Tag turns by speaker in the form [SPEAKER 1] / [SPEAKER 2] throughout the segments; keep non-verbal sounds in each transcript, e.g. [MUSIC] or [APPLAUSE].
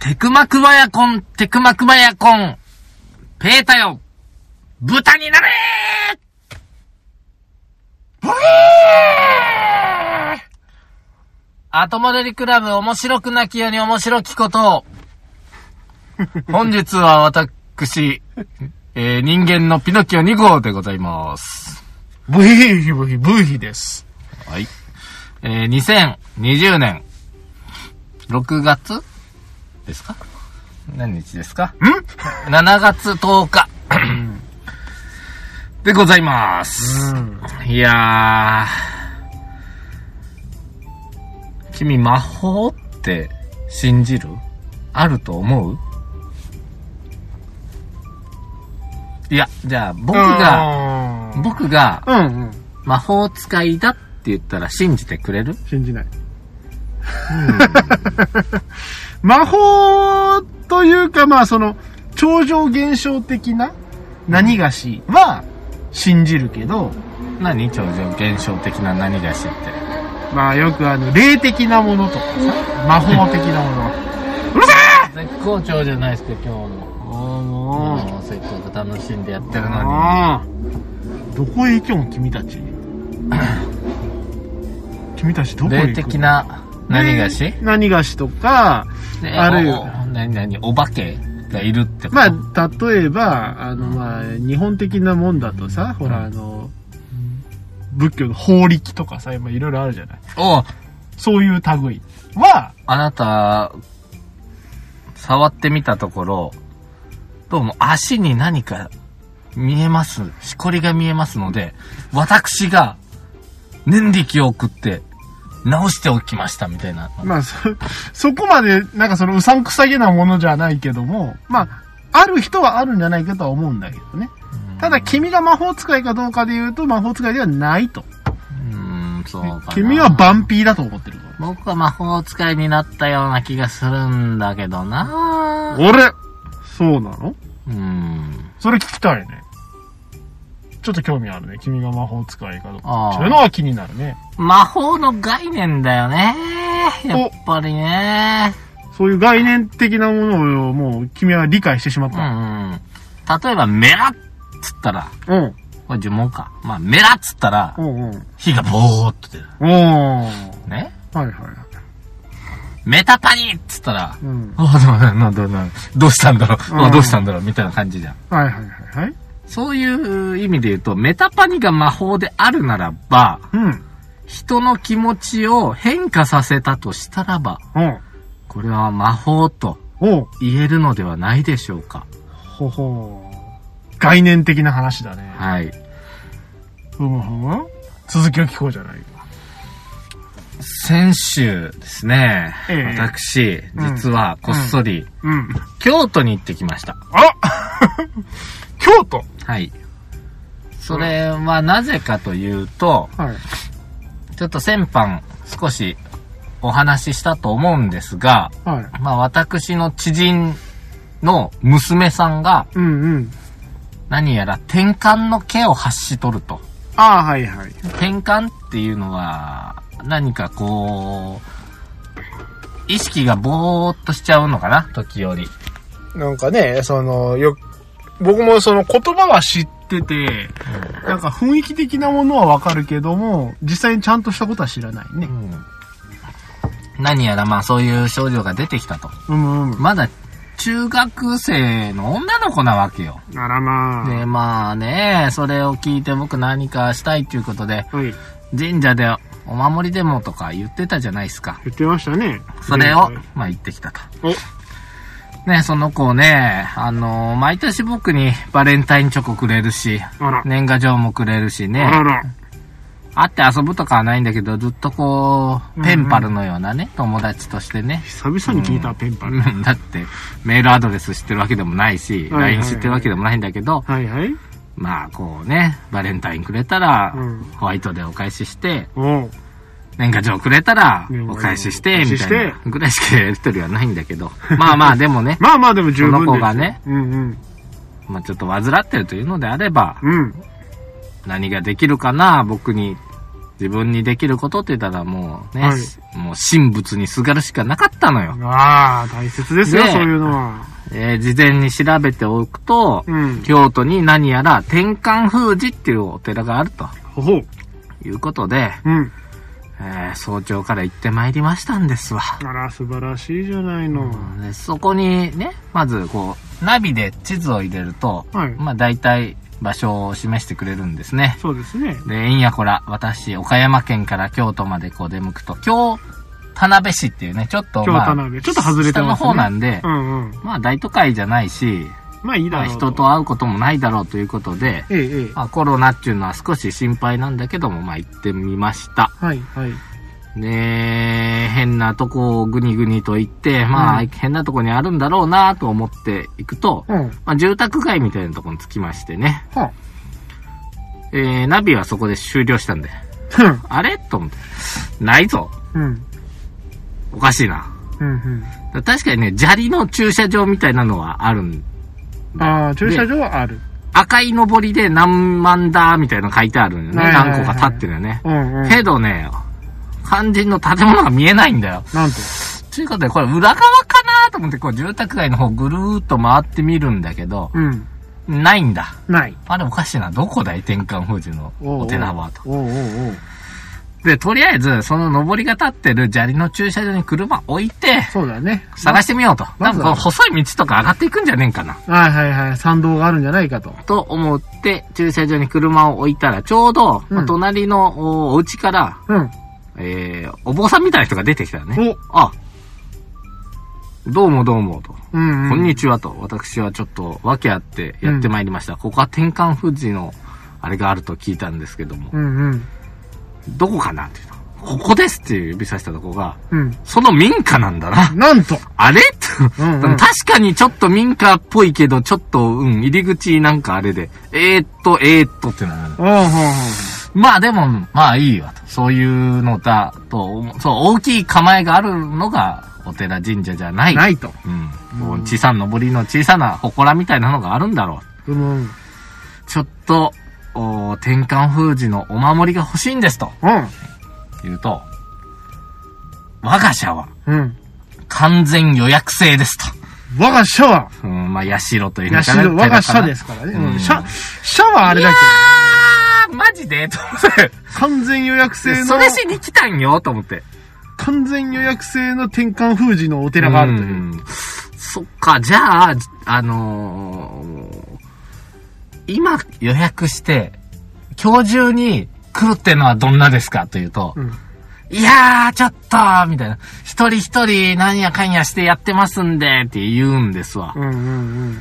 [SPEAKER 1] テクマクマヤコン、テクマクマヤコン。ペータよ。豚になれ後戻りクラブ面白くなきように面白きことを。本日は私、えー人間のピノキオ2号でございます。
[SPEAKER 2] ブヒヒブヒブヒです。
[SPEAKER 1] はい。えー2020年6月ですか何日ですかん ?7 月10日。でございます。
[SPEAKER 2] ん。
[SPEAKER 1] いやー。君、魔法って信じるあると思ういや、じゃあ、僕が、
[SPEAKER 2] が
[SPEAKER 1] 僕が
[SPEAKER 2] うんうん。
[SPEAKER 1] 魔法使いだって言ったら信じてくれる
[SPEAKER 2] 信じない。魔法というか、まあその、超常現象的な何がしは信じるけど、
[SPEAKER 1] 何超常現象的な何がしって。
[SPEAKER 2] まあよくあの、霊的なものとかさ、魔法的なものは。うるせ
[SPEAKER 1] 絶好調じゃないですか、今日
[SPEAKER 2] え
[SPEAKER 1] も。
[SPEAKER 2] も
[SPEAKER 1] もうせっかく楽しんでやってるの
[SPEAKER 2] ああどこへ行きも君たち君たちど
[SPEAKER 1] に。
[SPEAKER 2] こへ
[SPEAKER 1] 霊
[SPEAKER 2] 行く
[SPEAKER 1] 的な何がし
[SPEAKER 2] ね何がしとか
[SPEAKER 1] で
[SPEAKER 2] ある
[SPEAKER 1] お何何お化けがいるってこと
[SPEAKER 2] まあ例えばあのまあ日本的なもんだとさほらあの仏教の法力とかさ今いろいろあるじゃない
[SPEAKER 1] お
[SPEAKER 2] そういう類は
[SPEAKER 1] あなた、触ってみたところ、どうも足に何か見えます。しこりが見えますので、私が念力を送って直しておきましたみたいな。
[SPEAKER 2] まあそそこまでなんかそのうさんくさげなものじゃないけどもまあある人はあるんじゃないかとは思うんだけどねただ君が魔法使いかどうかで言うと魔法使いではないと
[SPEAKER 1] うーん、そうかな。
[SPEAKER 2] 君はバンピーだと思ってるから
[SPEAKER 1] 僕は魔法使いになったような気がするんだけどな
[SPEAKER 2] 俺そうなの
[SPEAKER 1] うーん。
[SPEAKER 2] それ聞きたいね。ちょっと興味あるね。君が魔法使いかどう
[SPEAKER 1] あ
[SPEAKER 2] か
[SPEAKER 1] あ。
[SPEAKER 2] そういうのは気になるね。
[SPEAKER 1] 魔法の概念だよねやっぱりね
[SPEAKER 2] そういう概念的なものをもう君は理解してしまっ
[SPEAKER 1] う
[SPEAKER 2] た。
[SPEAKER 1] んうん。例えば、メラっつったら、
[SPEAKER 2] うん。
[SPEAKER 1] これ呪文か。まあ、メラっつったら
[SPEAKER 2] う、んうん。
[SPEAKER 1] 火がボーっと出る。
[SPEAKER 2] おー。は
[SPEAKER 1] ね
[SPEAKER 2] いはい。
[SPEAKER 1] メタパニっつったら、
[SPEAKER 2] うん。
[SPEAKER 1] ああ、どうどうどうどうしたんだろう、
[SPEAKER 2] うん
[SPEAKER 1] あどうしたんだろうみたいな感じじゃん。
[SPEAKER 2] はいはいはいはい。
[SPEAKER 1] そういう意味で言うと、メタパニが魔法であるならば、
[SPEAKER 2] うん。
[SPEAKER 1] 人の気持ちを変化させたとしたらば、これは魔法と
[SPEAKER 2] うん。おう。
[SPEAKER 1] 言えるのではないでしょうか。
[SPEAKER 2] ほほー。概念的な話だね。
[SPEAKER 1] はい。
[SPEAKER 2] ふむふむ。続きを聞こうじゃないか。
[SPEAKER 1] 先週ですね、
[SPEAKER 2] ええ
[SPEAKER 1] 私、実はこっそり、
[SPEAKER 2] うん。
[SPEAKER 1] 京都に行ってきました。
[SPEAKER 2] あ [LAUGHS] 京都
[SPEAKER 1] はい。それはなぜかというと、
[SPEAKER 2] はい。
[SPEAKER 1] ちょっと先般少しお話ししたと思うんですが、
[SPEAKER 2] はい。
[SPEAKER 1] まあ私の知人の娘さんが
[SPEAKER 2] うんうん。
[SPEAKER 1] 何やら転換の毛を発しとると。
[SPEAKER 2] ああ、はいはい。
[SPEAKER 1] 転換っていうのは何かこう、意識がぼーっとしちゃうのかな時より。
[SPEAKER 2] なんかね、その、よ、僕もその言葉は知ってて、なんか雰囲気的なものはわかるけども、実際にちゃんとしたことは知らないね。
[SPEAKER 1] 何やらまあそういう症状が出てきたと。
[SPEAKER 2] うんうん。
[SPEAKER 1] まだ中学生の女の子なわけよ。
[SPEAKER 2] ならま
[SPEAKER 1] で、まあね、それを聞いて僕何かしたいっていうことで、
[SPEAKER 2] はい。
[SPEAKER 1] 神社でお守りでもとか言ってたじゃないですか。
[SPEAKER 2] 言ってましたね。
[SPEAKER 1] それを
[SPEAKER 2] はい、
[SPEAKER 1] まあ言ってきたと。
[SPEAKER 2] お、
[SPEAKER 1] ね、その子をね、あのー毎年僕にバレンタインチョコくれるし、
[SPEAKER 2] あら。
[SPEAKER 1] 年賀状もくれるしね
[SPEAKER 2] あ、らら。
[SPEAKER 1] 会って遊ぶとかはないんだけど、ずっとこう、ペンパルのようなね、友達としてね、
[SPEAKER 2] 久々に聞いたペンパル。
[SPEAKER 1] うん [LAUGHS] だって、メールアドレス知ってるわけでもないし、
[SPEAKER 2] はいはい
[SPEAKER 1] LINE 知ってるわけでもないんだけど、
[SPEAKER 2] はいはい。
[SPEAKER 1] まあこうね、バレンタインくれたら
[SPEAKER 2] うん、
[SPEAKER 1] ホワイトでお返しして、
[SPEAKER 2] おう。
[SPEAKER 1] 年賀状くれたら
[SPEAKER 2] 年賀、状
[SPEAKER 1] お返しして、
[SPEAKER 2] お返
[SPEAKER 1] み
[SPEAKER 2] したし
[SPEAKER 1] い
[SPEAKER 2] て
[SPEAKER 1] なぐらいしかやりとりはないんだけど、 [LAUGHS] まあまあでもね、
[SPEAKER 2] まあまあでも十分です。
[SPEAKER 1] その子がね。
[SPEAKER 2] うんうん。
[SPEAKER 1] まあちょっと患ってるというのであれば、
[SPEAKER 2] うん。
[SPEAKER 1] 何ができるかな、僕に自分にできることって言ったらもうね、
[SPEAKER 2] はい
[SPEAKER 1] もう神仏にすがるしかなかったのよ。
[SPEAKER 2] ああ、大切ですよ、
[SPEAKER 1] ねえ
[SPEAKER 2] そういうのは。
[SPEAKER 1] えー事前に調べておくと、
[SPEAKER 2] うん。
[SPEAKER 1] 京都に何やら天観封じっていうお寺があると
[SPEAKER 2] ほほう。
[SPEAKER 1] いうことで、
[SPEAKER 2] うん。
[SPEAKER 1] えー早朝から行ってまいりましたんですわ。
[SPEAKER 2] あら、素晴らしいじゃないの。
[SPEAKER 1] でそこにね、まずこう、ナビで地図を入れると、
[SPEAKER 2] はい
[SPEAKER 1] まあ大体場所を示してくれるんですね。
[SPEAKER 2] そうですね。
[SPEAKER 1] で、えんやこら、私、岡山県から京都までこう出向くと、京田辺市っていうね、ちょっと、
[SPEAKER 2] 京
[SPEAKER 1] まあ、
[SPEAKER 2] 田辺ちょっと外れてます
[SPEAKER 1] 下
[SPEAKER 2] ね
[SPEAKER 1] の方なんで、
[SPEAKER 2] うんうん。
[SPEAKER 1] まあ大都会じゃないし、
[SPEAKER 2] まあいい
[SPEAKER 1] ま
[SPEAKER 2] だ
[SPEAKER 1] あ
[SPEAKER 2] ろう。
[SPEAKER 1] 人と。会うこともないだろうということで、
[SPEAKER 2] ええ、ええ。
[SPEAKER 1] まあコロナっていうのは少し心配なんだけども、まあ行ってみました。
[SPEAKER 2] はい、はい。
[SPEAKER 1] ねえ、変なとこをぐにぐにと行って、まあ、
[SPEAKER 2] うん
[SPEAKER 1] 変なとこにあるんだろうなと思って行くと、
[SPEAKER 2] うん。
[SPEAKER 1] まあ、住宅街みたいなとこに着きましてね、
[SPEAKER 2] は
[SPEAKER 1] えー、ナビはそこで終了したんで、
[SPEAKER 2] あ。
[SPEAKER 1] あれと思って、ないぞ。
[SPEAKER 2] うん。
[SPEAKER 1] おかしいな。
[SPEAKER 2] うん、うん。
[SPEAKER 1] 確かにね、砂利の駐車場みたいなのはあるん
[SPEAKER 2] ああ、駐車場はある。
[SPEAKER 1] 赤い上りで何万だみたいなの書いてあるんよね。
[SPEAKER 2] はいはいはい
[SPEAKER 1] 何個か立ってるよね。
[SPEAKER 2] うん、うん。
[SPEAKER 1] けどね、肝心の建物が見えないんだよ。
[SPEAKER 2] なんと。
[SPEAKER 1] ということで、これ裏側かなと思って、こう住宅街の方ぐるーっと回ってみるんだけど、
[SPEAKER 2] うん。
[SPEAKER 1] ないんだ。
[SPEAKER 2] ない。
[SPEAKER 1] あれおかしいな。どこだい天換富士のお寺はと。
[SPEAKER 2] おうおうおう。
[SPEAKER 1] で、とりあえず、その上りが立ってる砂利の駐車場に車置いて、
[SPEAKER 2] そうだね。
[SPEAKER 1] 探してみようと。
[SPEAKER 2] ま
[SPEAKER 1] 多
[SPEAKER 2] ず
[SPEAKER 1] 分
[SPEAKER 2] は
[SPEAKER 1] この細い道とか上がっていくんじゃねえんかな。
[SPEAKER 2] はいはいはい。参道があるんじゃないかと。
[SPEAKER 1] と思って、駐車場に車を置いたら、ちょうど、まあ
[SPEAKER 2] うん
[SPEAKER 1] 隣のおお家から、
[SPEAKER 2] うん。
[SPEAKER 1] えー、お坊さんみたいな人が出てきたよね。
[SPEAKER 2] お。
[SPEAKER 1] あ、どうもどうもと。
[SPEAKER 2] うん、うん。
[SPEAKER 1] こんにちはと。私はちょっと訳あってやってまいりました。ここは天換富士のあれがあると聞いたんですけども、
[SPEAKER 2] うんうん。
[SPEAKER 1] どこかなっていうと。ここですって指さしたとこが、
[SPEAKER 2] うん。
[SPEAKER 1] その民家なんだな。
[SPEAKER 2] なんと。
[SPEAKER 1] あれと、
[SPEAKER 2] うんうん
[SPEAKER 1] でも確かにちょっと民家っぽいけど、ちょっと、うん、入り口なんかあれで、えー、っと、えー、っとってなる。
[SPEAKER 2] おうおうおう
[SPEAKER 1] まあでも、まあいいわと。そういうのだと思う、そう、大きい構えがあるのが、お寺神社じゃない。
[SPEAKER 2] ないと。
[SPEAKER 1] うん。こう小さな登りの小さな祠みたいなのがあるんだろ
[SPEAKER 2] うん。うん。
[SPEAKER 1] う。ちょっと、お天寒封じのお守りが欲しいんですと言うと、我が社は
[SPEAKER 2] うん。
[SPEAKER 1] 完全予約制です
[SPEAKER 2] 我が社は、
[SPEAKER 1] と。うん、まあ、社という
[SPEAKER 2] いや、
[SPEAKER 1] か
[SPEAKER 2] 社
[SPEAKER 1] な。
[SPEAKER 2] 我が社ですすからね。
[SPEAKER 1] う
[SPEAKER 2] うんん。社、社はあれだけ
[SPEAKER 1] あー、マジでと思って。
[SPEAKER 2] ど、完全予約制
[SPEAKER 1] そ
[SPEAKER 2] の、
[SPEAKER 1] れしに来たんよと思って。
[SPEAKER 2] 完全予約制の転換封じのお寺があるという。
[SPEAKER 1] んそっか、じゃあ、あのー今予約して、今日中に来るってのはどんなですかというと、
[SPEAKER 2] うん。
[SPEAKER 1] いやー、ちょっと、みたいな。一人一人なんやかんやしてやってますんで、って言うんですわ。
[SPEAKER 2] うんうん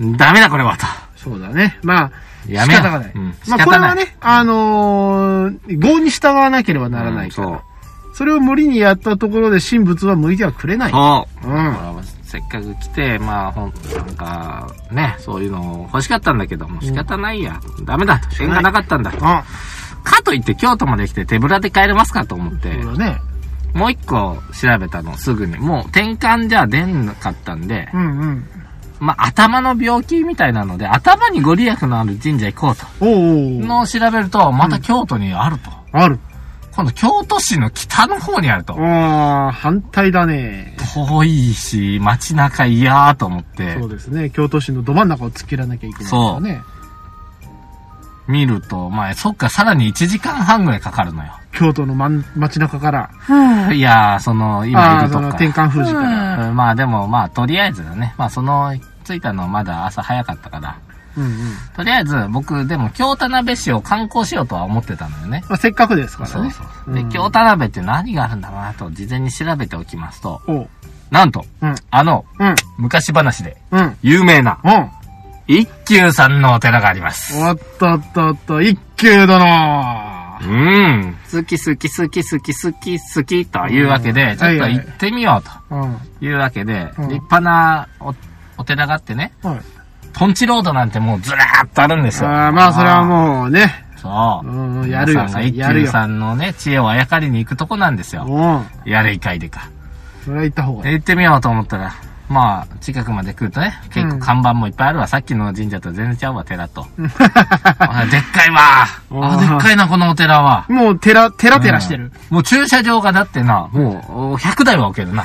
[SPEAKER 2] うん。
[SPEAKER 1] ダメだこれは、と。
[SPEAKER 2] そうだね。まあ、
[SPEAKER 1] やめよう
[SPEAKER 2] 仕方がない。
[SPEAKER 1] うん
[SPEAKER 2] ま
[SPEAKER 1] 仕方ない
[SPEAKER 2] あ、これはね、あのー、業に従わなければならないから。
[SPEAKER 1] うん
[SPEAKER 2] それを無理にやったところで神仏は向いてはくれない。
[SPEAKER 1] そう。
[SPEAKER 2] う
[SPEAKER 1] だ
[SPEAKER 2] ん。
[SPEAKER 1] からせっかく来て、まあ、ほん、なんか、ね、そういうの欲しかったんだけども、仕方ないや。ダメだと。縁がなかったんだ。
[SPEAKER 2] あ、
[SPEAKER 1] かといって京都まで来て手ぶらで帰れますかと思って、
[SPEAKER 2] そうだね。
[SPEAKER 1] もう一個調べたのすぐに。もう転換じゃ出なかったんで
[SPEAKER 2] う、んうん。
[SPEAKER 1] まあ頭の病気みたいなので、頭にご利益のある神社行こうと。
[SPEAKER 2] おうおう
[SPEAKER 1] のを調べると、また京都にあると。
[SPEAKER 2] ある。
[SPEAKER 1] 今度京都市の北の方にあると。
[SPEAKER 2] ああ、反対だね。
[SPEAKER 1] 遠いし、街中嫌ーと思って
[SPEAKER 2] そ、うですね。京都市のど真ん中を突っ切らなきゃいけないからね。
[SPEAKER 1] 見ると、まあ、そっか、さらに1時間半ぐらいかかるのよ。
[SPEAKER 2] 京都の真ん街中から。
[SPEAKER 1] いやー、その、今い
[SPEAKER 2] ああ
[SPEAKER 1] る
[SPEAKER 2] ー、
[SPEAKER 1] と
[SPEAKER 2] そ
[SPEAKER 1] こ
[SPEAKER 2] の
[SPEAKER 1] から
[SPEAKER 2] 転。換封じから。
[SPEAKER 1] うんまあでもまあとりあえずだね。まあその着いたのまだ朝早かったから。
[SPEAKER 2] うんうん。
[SPEAKER 1] とりあえず僕でも京田辺市を観光しようとは思ってたのよね。
[SPEAKER 2] まあ、せっかくですからね。
[SPEAKER 1] そうそう。で
[SPEAKER 2] う、ん
[SPEAKER 1] 京田辺って何があるんだろうなと事前に調べておきますと、
[SPEAKER 2] おう。
[SPEAKER 1] なんと、
[SPEAKER 2] うん。
[SPEAKER 1] あの
[SPEAKER 2] うん。
[SPEAKER 1] 昔話で
[SPEAKER 2] うん。
[SPEAKER 1] 有名な
[SPEAKER 2] うん。
[SPEAKER 1] 一休さんのお寺があります。
[SPEAKER 2] おっとっとっと、一級だな
[SPEAKER 1] うーん。好き好き好き好き好き好きというわけ
[SPEAKER 2] う
[SPEAKER 1] で、
[SPEAKER 2] ん
[SPEAKER 1] ちょっ
[SPEAKER 2] はい
[SPEAKER 1] と
[SPEAKER 2] はい
[SPEAKER 1] 行ってみようと
[SPEAKER 2] うん。
[SPEAKER 1] いうわけで、立
[SPEAKER 2] うん
[SPEAKER 1] 派なおお寺があってね、
[SPEAKER 2] はい。
[SPEAKER 1] トンチロードなんてもうずらーっとあるんですよ。
[SPEAKER 2] ああ、まあ、それはもうね。
[SPEAKER 1] そうう。
[SPEAKER 2] んやるよ
[SPEAKER 1] 皆さんが一
[SPEAKER 2] やる
[SPEAKER 1] 休
[SPEAKER 2] よ
[SPEAKER 1] さんのね、知恵をあやかりに行くとこなんですよ。
[SPEAKER 2] うん。
[SPEAKER 1] やれいかいでか。
[SPEAKER 2] それは行った方がいい。
[SPEAKER 1] 行ってみようと思ったら、まあ、近くまで来るとね、結構看板もいっぱいあるわ。さっきの神社と全然ちゃうわ、寺と。あでっかいわ
[SPEAKER 2] おー
[SPEAKER 1] あ、でっかいな、このお寺は。
[SPEAKER 2] もう、テラ、テラテラしてる。
[SPEAKER 1] うん。もう駐車場がだってな、もう、100台は置けるな。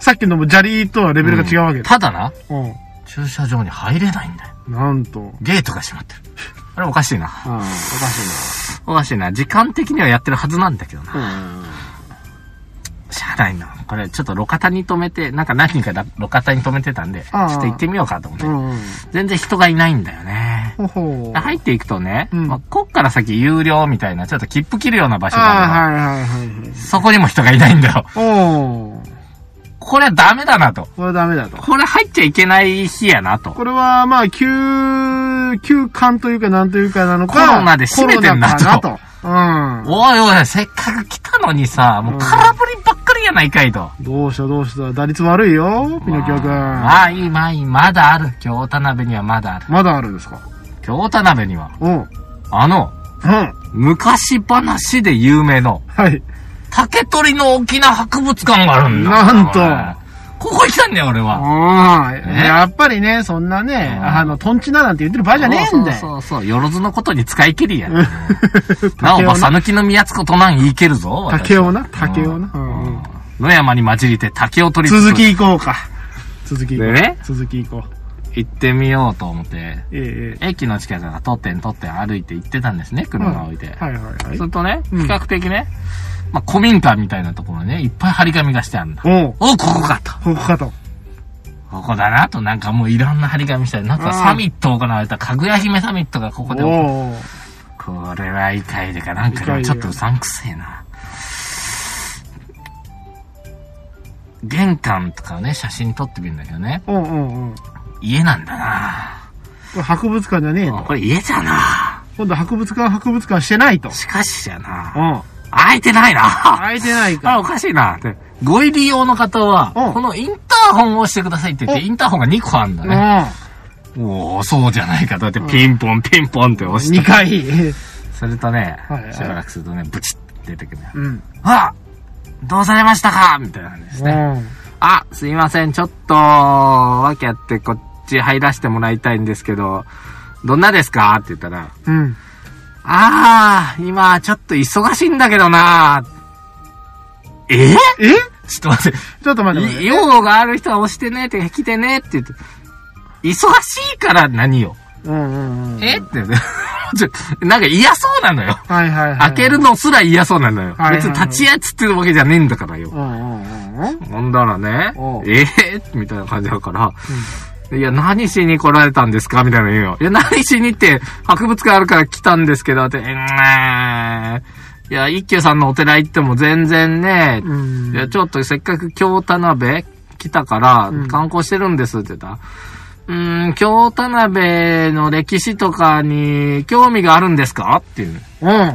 [SPEAKER 2] さっきのも砂利とはレベルが違うわけだ。
[SPEAKER 1] ただな、
[SPEAKER 2] うん。
[SPEAKER 1] 駐車場に入れないんだよ。
[SPEAKER 2] なんと。
[SPEAKER 1] ゲートが閉まってる。あれおかしいな。
[SPEAKER 2] うん、おかし
[SPEAKER 1] おかしいな。時間的にはやってるはずなんだけどな。
[SPEAKER 2] いな。うん。
[SPEAKER 1] しゃあないな。これちょっと路肩に止めて、なんか何人かだ路肩に止めてたんで、ち
[SPEAKER 2] あ
[SPEAKER 1] ょ
[SPEAKER 2] あ
[SPEAKER 1] っと行ってみようかと思って。
[SPEAKER 2] うん。
[SPEAKER 1] 全然人がいないんだよね。
[SPEAKER 2] ほほう。
[SPEAKER 1] 入っていくとね、
[SPEAKER 2] うん
[SPEAKER 1] まあ、こっから先有料みたいな、ちょっと切符切るような場所があるの
[SPEAKER 2] ああ、はいはいはいはい。
[SPEAKER 1] そこにも人がいないんだよ。
[SPEAKER 2] おー。
[SPEAKER 1] これはダメだなと。
[SPEAKER 2] これはダメだと。
[SPEAKER 1] これ入っちゃいけない日やなと。
[SPEAKER 2] これは、まあ、休、休館というか、なんというかなのか。
[SPEAKER 1] コロナで閉めてんなと
[SPEAKER 2] コロナかなと。
[SPEAKER 1] おいおい、せっかく来たのにさ、もう空振りばっかりやないかいと。
[SPEAKER 2] うん。どうしたどうした。打率悪いよ、ピノキオ君。
[SPEAKER 1] まあいい、まあいい、まだある。京田辺にはまだある。
[SPEAKER 2] まだあるんですか
[SPEAKER 1] 京田辺には、
[SPEAKER 2] うん。うん。
[SPEAKER 1] あの、昔話で有名の、
[SPEAKER 2] はい。
[SPEAKER 1] 竹取の沖縄博物館があるんだ。
[SPEAKER 2] なんと
[SPEAKER 1] と。ここ行きたいんだよ、俺は。
[SPEAKER 2] ああ、やっぱりね、そんなね、
[SPEAKER 1] うん
[SPEAKER 2] あの、トンチななんて言ってる場合じゃねえんだよ。
[SPEAKER 1] そうそうそう、よろずのことに使い切りや。
[SPEAKER 2] [LAUGHS]
[SPEAKER 1] なお、ばさぬきの宮津ことなん言いけるぞ。
[SPEAKER 2] 竹を
[SPEAKER 1] 私
[SPEAKER 2] な、竹をな。うんうん
[SPEAKER 1] 野山に混じりて竹を取りつつ
[SPEAKER 2] 続き行こうか。続き行こう。
[SPEAKER 1] でね
[SPEAKER 2] 続き行こ
[SPEAKER 1] 行ってみようと思って、
[SPEAKER 2] う。えええ
[SPEAKER 1] 駅の近くからとってんとってん歩いて行ってたんですね、
[SPEAKER 2] え。
[SPEAKER 1] 車が置いて。
[SPEAKER 2] はいはいはい
[SPEAKER 1] す。るとね、
[SPEAKER 2] うん
[SPEAKER 1] 比較的ね、まあ、古民家みたいなところにね、いっぱい張り紙がしてあるんだ。
[SPEAKER 2] おう、
[SPEAKER 1] お、ここかと。
[SPEAKER 2] ここかと。
[SPEAKER 1] ここだなと、なんかもういろんな張り紙したり、なんかサミットを行われた、かぐや姫サミットがここで、こ
[SPEAKER 2] おう。
[SPEAKER 1] れはいいかいでか、なんかでもちょっとうさんくせえな。玄関とかをね、写真撮ってみるんだけどね、
[SPEAKER 2] うんうんうん。こ
[SPEAKER 1] 家なんだな
[SPEAKER 2] れ博物館じゃねえと。
[SPEAKER 1] これ家じゃな
[SPEAKER 2] 今度博物館博物館してないと。
[SPEAKER 1] しかしじゃな
[SPEAKER 2] うん。
[SPEAKER 1] 開いてないな
[SPEAKER 2] 開いてない
[SPEAKER 1] あ、
[SPEAKER 2] か。
[SPEAKER 1] おかしいな。でご入り用の方は
[SPEAKER 2] うん、
[SPEAKER 1] このインターホンを押してくださいって言って、インターホンが2個あるんだ
[SPEAKER 2] う
[SPEAKER 1] ね。
[SPEAKER 2] ん。
[SPEAKER 1] おおそうじゃないか。だってピンポンピンポンって押して。
[SPEAKER 2] 二回。
[SPEAKER 1] するとね
[SPEAKER 2] はいは、い
[SPEAKER 1] しばらくするとね、ブチッって出てくるね。
[SPEAKER 2] うん。
[SPEAKER 1] あどうされましたかみたいなんです
[SPEAKER 2] う
[SPEAKER 1] ね。
[SPEAKER 2] ん。
[SPEAKER 1] あ、すいません。ちょっと、わけあってこっち入らせてもらいたいんですけど、どんなですかって言ったら、
[SPEAKER 2] うん。
[SPEAKER 1] あー、今ちょっと忙しいんだけどなえ
[SPEAKER 2] え
[SPEAKER 1] ちょっと待って。
[SPEAKER 2] ちょっと待って待っ
[SPEAKER 1] い
[SPEAKER 2] て。
[SPEAKER 1] 用語がある人は押してねって、来てねって言って、忙しいから何よ。
[SPEAKER 2] うんうんうん。
[SPEAKER 1] えって、 [LAUGHS] ちょなんか嫌そうなのよ。
[SPEAKER 2] はいはいはい。
[SPEAKER 1] 開けるのすら嫌そうなのよ。
[SPEAKER 2] はいはい
[SPEAKER 1] 別に立ち会いっつってるわけじゃねえんだから
[SPEAKER 2] う
[SPEAKER 1] よ。
[SPEAKER 2] んうんうんうん。
[SPEAKER 1] ほんだらね
[SPEAKER 2] おう、
[SPEAKER 1] えー、みたいな感じだから、いや、何しに来られたんですかみたいなの言うよ。いや、何しにって、博物館あるから来たんですけど、って、うーんいや、一休さんのお寺行っても全然ね、
[SPEAKER 2] うん
[SPEAKER 1] いや、ちょっとせっかく京田辺来たから
[SPEAKER 2] うん、
[SPEAKER 1] 観光してるんですって言ったら、うーん、京田辺の歴史とかに興味があるんですかっていう。
[SPEAKER 2] うん。
[SPEAKER 1] まあ、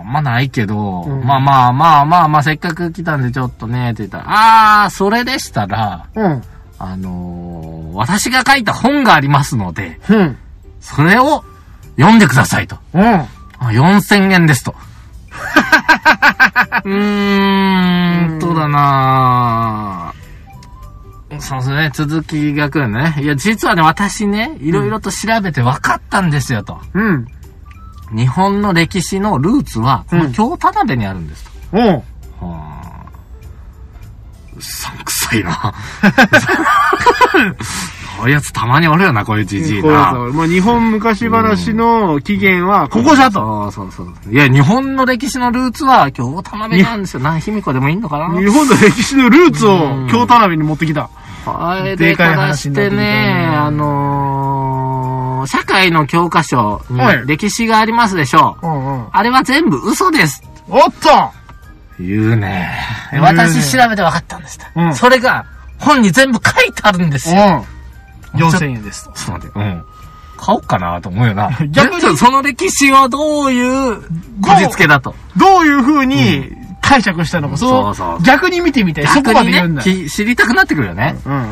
[SPEAKER 1] あんまないけど、
[SPEAKER 2] うん
[SPEAKER 1] まあまあまあまあまあ、せっかく来たんでちょっとね、って言ったら、あー、それでしたら、
[SPEAKER 2] うん。
[SPEAKER 1] あのー私が書いた本がありますので、
[SPEAKER 2] うん。
[SPEAKER 1] それを読んでくださいと。
[SPEAKER 2] うん。
[SPEAKER 1] あ4000円
[SPEAKER 2] [LAUGHS]
[SPEAKER 1] ですと。うーん、そうだなそうですね、続きが来るね。いや、実はね、私ね、いろいろと調べて分かったんですよと。
[SPEAKER 2] うん。
[SPEAKER 1] 日本の歴史のルーツは、こ
[SPEAKER 2] う
[SPEAKER 1] の
[SPEAKER 2] ん
[SPEAKER 1] 京田辺にあるんですと。
[SPEAKER 2] うん。
[SPEAKER 1] はあうさんくさいな。こういうやつたまにおるよな、こういうじじい
[SPEAKER 2] こう
[SPEAKER 1] な。
[SPEAKER 2] そうもう日本昔話の起源はここじゃと。
[SPEAKER 1] そうそうそう。いや、日本の歴史のルーツは京田辺なんですよ。な、卑弥呼でもいいのかな
[SPEAKER 2] 日本の歴史のルーツ
[SPEAKER 1] う
[SPEAKER 2] を
[SPEAKER 1] ん
[SPEAKER 2] 京田辺に持ってきた。
[SPEAKER 1] あれ
[SPEAKER 2] で
[SPEAKER 1] で
[SPEAKER 2] かい
[SPEAKER 1] か
[SPEAKER 2] 話
[SPEAKER 1] し
[SPEAKER 2] になっててきたね
[SPEAKER 1] ね、あのー、社会の教科書に
[SPEAKER 2] はい
[SPEAKER 1] 歴史がありますでしょう。
[SPEAKER 2] うんうん。
[SPEAKER 1] あれは全部嘘です。
[SPEAKER 2] おっと
[SPEAKER 1] 言うね。
[SPEAKER 2] 言うね
[SPEAKER 1] 私調べて分かったんですと。
[SPEAKER 2] うん
[SPEAKER 1] それが本に全部書いてあるんですよ。
[SPEAKER 2] うん。4000円ですと。。
[SPEAKER 1] ちょっと待って、うん。買おうかなと思うよな
[SPEAKER 2] [LAUGHS] 逆に
[SPEAKER 1] ちょっとその歴史はどういうこじつけだと。
[SPEAKER 2] どういう風に解釈したのか、
[SPEAKER 1] そうそうそう
[SPEAKER 2] 逆に見てみたい。そこ
[SPEAKER 1] 逆
[SPEAKER 2] まで
[SPEAKER 1] に
[SPEAKER 2] 言うん
[SPEAKER 1] ね、
[SPEAKER 2] だよ。
[SPEAKER 1] き知りたくなってくるよね。
[SPEAKER 2] うんうん。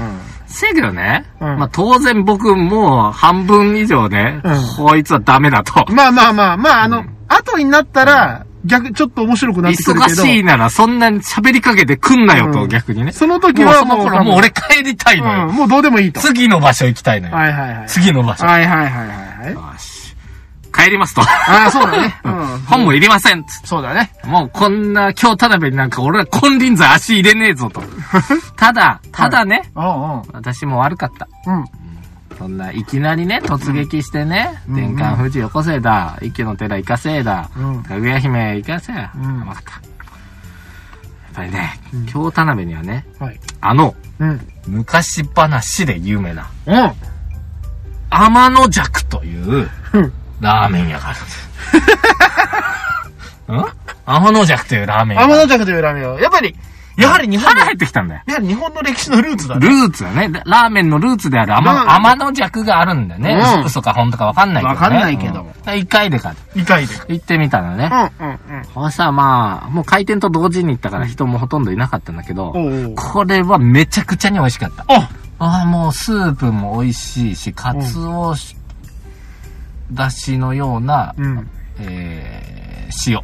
[SPEAKER 1] せやけどね、
[SPEAKER 2] うん
[SPEAKER 1] まあ当然僕もう半分以上ね、
[SPEAKER 2] うん
[SPEAKER 1] こいつはダメだと。
[SPEAKER 2] まあまあまあ、まああの、後になったら、逆、ちょっと面白くなってくる
[SPEAKER 1] 忙
[SPEAKER 2] けど、
[SPEAKER 1] しいならそんなに喋りかけてくんなよと、
[SPEAKER 2] うん
[SPEAKER 1] 逆にね。
[SPEAKER 2] その時
[SPEAKER 1] もう
[SPEAKER 2] は
[SPEAKER 1] そ
[SPEAKER 2] も
[SPEAKER 1] の
[SPEAKER 2] う、
[SPEAKER 1] 頃、もう俺帰りたいのよ。
[SPEAKER 2] うん、もうどうでもいいと。は
[SPEAKER 1] 次の場所行きたいのよ。
[SPEAKER 2] いはいはい。
[SPEAKER 1] 次の場所。
[SPEAKER 2] はいはいはいはいはい。
[SPEAKER 1] よし帰りますと。
[SPEAKER 2] ああ、そう
[SPEAKER 1] [LAUGHS]
[SPEAKER 2] だね。うん。
[SPEAKER 1] 本もいりませんっつっ
[SPEAKER 2] そうだね。
[SPEAKER 1] てもうこんな今日田辺になんか俺は金輪際足入れねえ
[SPEAKER 2] [LAUGHS]
[SPEAKER 1] ぞと。ただ、ただね、
[SPEAKER 2] あ
[SPEAKER 1] 私も悪かった。
[SPEAKER 2] あ、うん。
[SPEAKER 1] そんないきなりね、突撃してね、
[SPEAKER 2] うん
[SPEAKER 1] 天下富士よこせだ、池の寺行かせだ、
[SPEAKER 2] うん
[SPEAKER 1] かぐや姫行かせや、
[SPEAKER 2] うん
[SPEAKER 1] 甘かった。やっぱりね、京田辺にはね、
[SPEAKER 2] うん。はい。
[SPEAKER 1] あの、
[SPEAKER 2] うん。
[SPEAKER 1] 昔話で有名な、
[SPEAKER 2] うん。
[SPEAKER 1] 天の尺という
[SPEAKER 2] うん、
[SPEAKER 1] ラーメン屋があるんです。 [LAUGHS] ん天の尺というラーメン屋
[SPEAKER 2] 天
[SPEAKER 1] がある。
[SPEAKER 2] の着というラーメンは、やっぱり、やはり日本の、
[SPEAKER 1] 腹
[SPEAKER 2] や
[SPEAKER 1] 入ってきたんだよ。
[SPEAKER 2] はり日本の歴史のルーツだね。
[SPEAKER 1] ルーツだね。ララーメンのルーツである天
[SPEAKER 2] ラー
[SPEAKER 1] の天の尺があるんだよね。
[SPEAKER 2] うん
[SPEAKER 1] 嘘か本当かわかんないけど、ね。
[SPEAKER 2] わかんないけど
[SPEAKER 1] うんで一回でか。
[SPEAKER 2] 理解で。
[SPEAKER 1] 行ってみたのね
[SPEAKER 2] う。んうん
[SPEAKER 1] これさ、まあ、もう開店と同時に行ったから人もほとんどいなかったんだけど、
[SPEAKER 2] うん。おうおう。
[SPEAKER 1] これはめちゃくちゃに美味しかった。
[SPEAKER 2] あ
[SPEAKER 1] ああ、もうスープも美味しいし、カツオしだしのような、
[SPEAKER 2] うん。
[SPEAKER 1] えー塩。